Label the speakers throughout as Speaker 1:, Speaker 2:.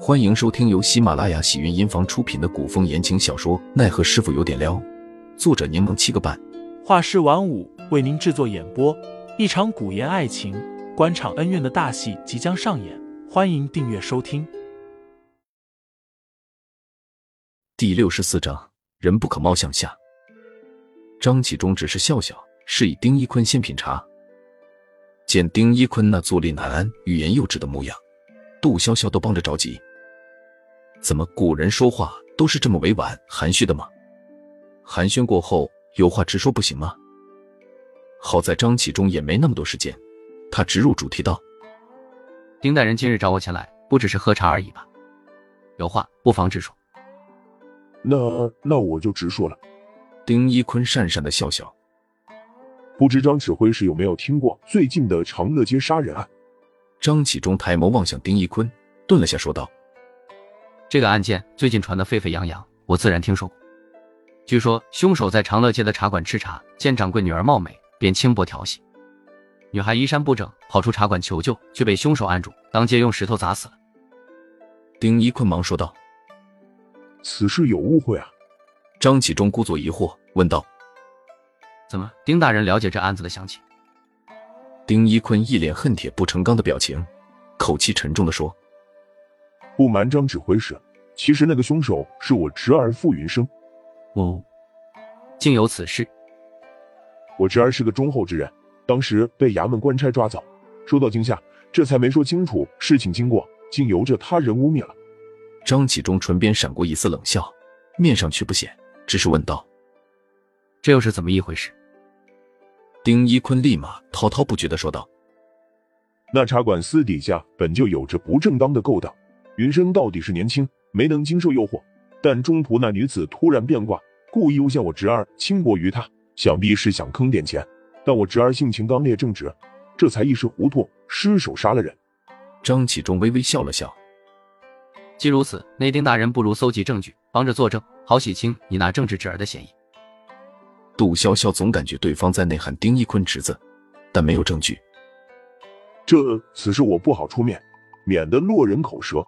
Speaker 1: 欢迎收听由喜马拉雅喜云音房出品的古风言情小说《奈何师傅有点撩》，作者柠檬七个半，
Speaker 2: 画师晚舞为您制作演播。一场古言爱情、官场恩怨的大戏即将上演，欢迎订阅收听。
Speaker 1: 第六十四章：人不可貌相下。张启忠只是笑笑，示意丁一坤先品茶。见丁一坤那坐立难安、欲言又止的模样，杜潇潇都帮着着急。怎么古人说话都是这么委婉含蓄的吗？寒暄过后，有话直说不行吗？好在张启忠也没那么多时间，他直入主题道
Speaker 3: 丁大人今日找我前来，不只是喝茶而已吧？有话不妨直说。
Speaker 4: 那那我就直说了，：“
Speaker 1: 丁一坤讪讪的笑笑，
Speaker 4: 不知张指挥使有没有听过最近的长乐街杀人案？
Speaker 1: 张启忠抬眸望向丁一坤，顿了下，说道
Speaker 3: 这个案件最近传得沸沸扬扬，我自然听说过。据说凶手在长乐街的茶馆吃茶，见掌柜女儿貌美，便轻薄调戏。女孩衣衫不整，跑出茶馆求救，却被凶手按住，当街用石头砸死了。：“
Speaker 1: 丁一坤，忙说道。
Speaker 4: 此事有误会啊！”
Speaker 1: 张启忠故作疑惑，问道
Speaker 3: 怎么，丁大人了解这案子的详情？：“
Speaker 1: 丁一坤，一脸恨铁不成钢的表情，口气沉重的说
Speaker 4: 不瞒张指挥使，其实那个凶手是我侄儿傅云生，
Speaker 3: 哦，竟有此事。
Speaker 4: 我侄儿是个忠厚之人，当时被衙门官差抓走，受到惊吓，这才没说清楚事情经过，竟由着他人污蔑了。：“
Speaker 1: 张启忠，唇边闪过一丝冷笑，面上却不显，只是问道。
Speaker 3: 这又是怎么一回事？”
Speaker 1: 丁一坤立马滔滔不绝的说道
Speaker 4: 那茶馆私底下本就有着不正当的勾当，云生到底是年轻，没能经受诱惑，但中途那女子突然变卦，故意诬陷我侄儿轻薄于她，想必是想坑点钱。但我侄儿性情刚烈正直，这才一时糊涂失手杀了人。：“
Speaker 1: 张启忠微微笑了笑，
Speaker 3: 既如此，内丁大人不如搜集证据，帮着作证，好洗清你那正直侄儿的嫌疑。
Speaker 1: 杜潇潇总感觉对方在内涵丁一坤侄子，但没有证据。
Speaker 4: 这此事我不好出面，免得落人口舌。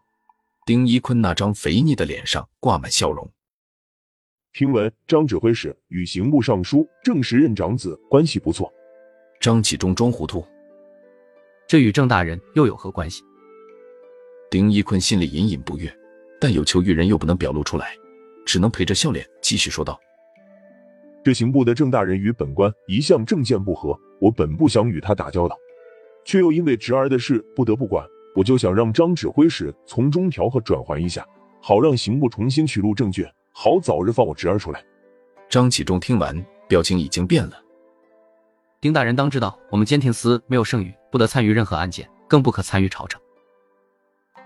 Speaker 1: 丁一坤那张肥腻的脸上挂满笑容。
Speaker 4: 听闻张指挥使与刑部尚书郑时任长子关系不错，
Speaker 1: 张启忠装糊涂，
Speaker 3: 这与郑大人又有何关系？
Speaker 1: 丁一坤心里隐隐不悦，但有求于人又不能表露出来，只能陪着笑脸继续说道。
Speaker 4: 这刑部的郑大人与本官一向政见不合，我本不想与他打交道，却又因为侄儿的事不得不管，我就想让张指挥使从中调和转换一下，好让刑部重新取录证据，好早日放我侄儿出来。
Speaker 1: 张启忠听完，表情已经变了。
Speaker 3: 丁大人当知道，我们监听司没有剩余，不得参与任何案件，更不可参与朝政。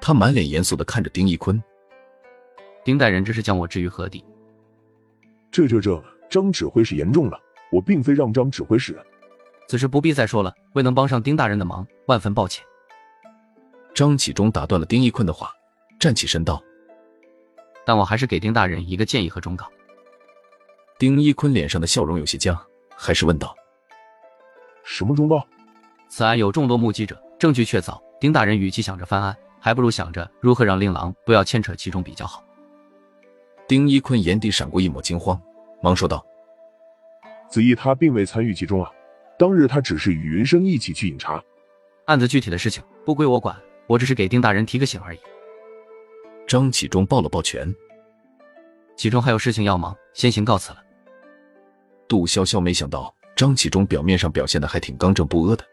Speaker 1: 他满脸严肃地看着丁一坤，
Speaker 3: 丁大人这是将我置于何地？
Speaker 4: 这这这，张指挥使严重了，我并非让张指挥使。
Speaker 3: 此事不必再说了，未能帮上丁大人的忙，万分抱歉。
Speaker 1: 张启忠打断了丁一坤的话，站起身道。
Speaker 3: 但我还是给丁大人一个建议和忠告：
Speaker 1: 丁一坤脸上的笑容有些僵，还是问道
Speaker 4: 什么忠告？
Speaker 3: 此案有众多目击者，证据确凿。丁大人与其想着翻案，还不如想着如何让令郎不要牵扯其中比较好。：“
Speaker 1: 丁一坤眼底闪过一抹惊慌，忙说道。
Speaker 4: 子义他并未参与其中啊，当日他只是与云生一起去饮茶。
Speaker 3: 案子具体的事情不归我管，我只是给丁大人提个醒而已。”
Speaker 1: 张启忠抱了抱拳，
Speaker 3: 其中还有事情要忙，先行告辞了。
Speaker 1: 杜潇潇没想到张启忠表面上表现的还挺刚正不阿的，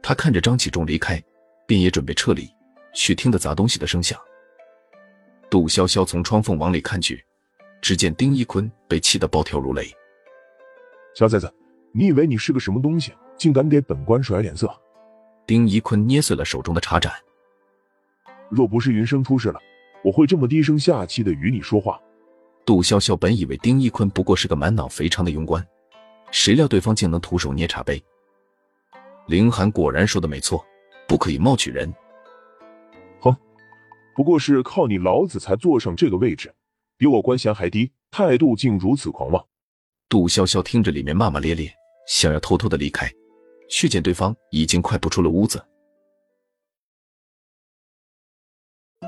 Speaker 1: 她看着张启忠离开，便也准备撤离，却听得砸东西的声响。杜潇潇从窗缝往里看去，只见丁一坤被气得暴跳如雷。
Speaker 4: 小崽子，你以为你是个什么东西，竟敢给本官甩脸色？
Speaker 1: 丁一坤捏碎了手中的茶盏，
Speaker 4: 若不是云生出事了，我会这么低声下气的与你说话。
Speaker 1: 杜潇潇本以为丁一坤不过是个满脑肥肠的庸官，谁料对方竟能徒手捏茶杯。凌寒果然说的没错，不可以貌取人。
Speaker 4: 不过是靠你老子才坐上这个位置，比我官衔还低，态度竟如此狂妄。
Speaker 1: 杜潇潇听着里面骂骂咧咧，想要偷偷的离开，却见对方已经快步出了屋子。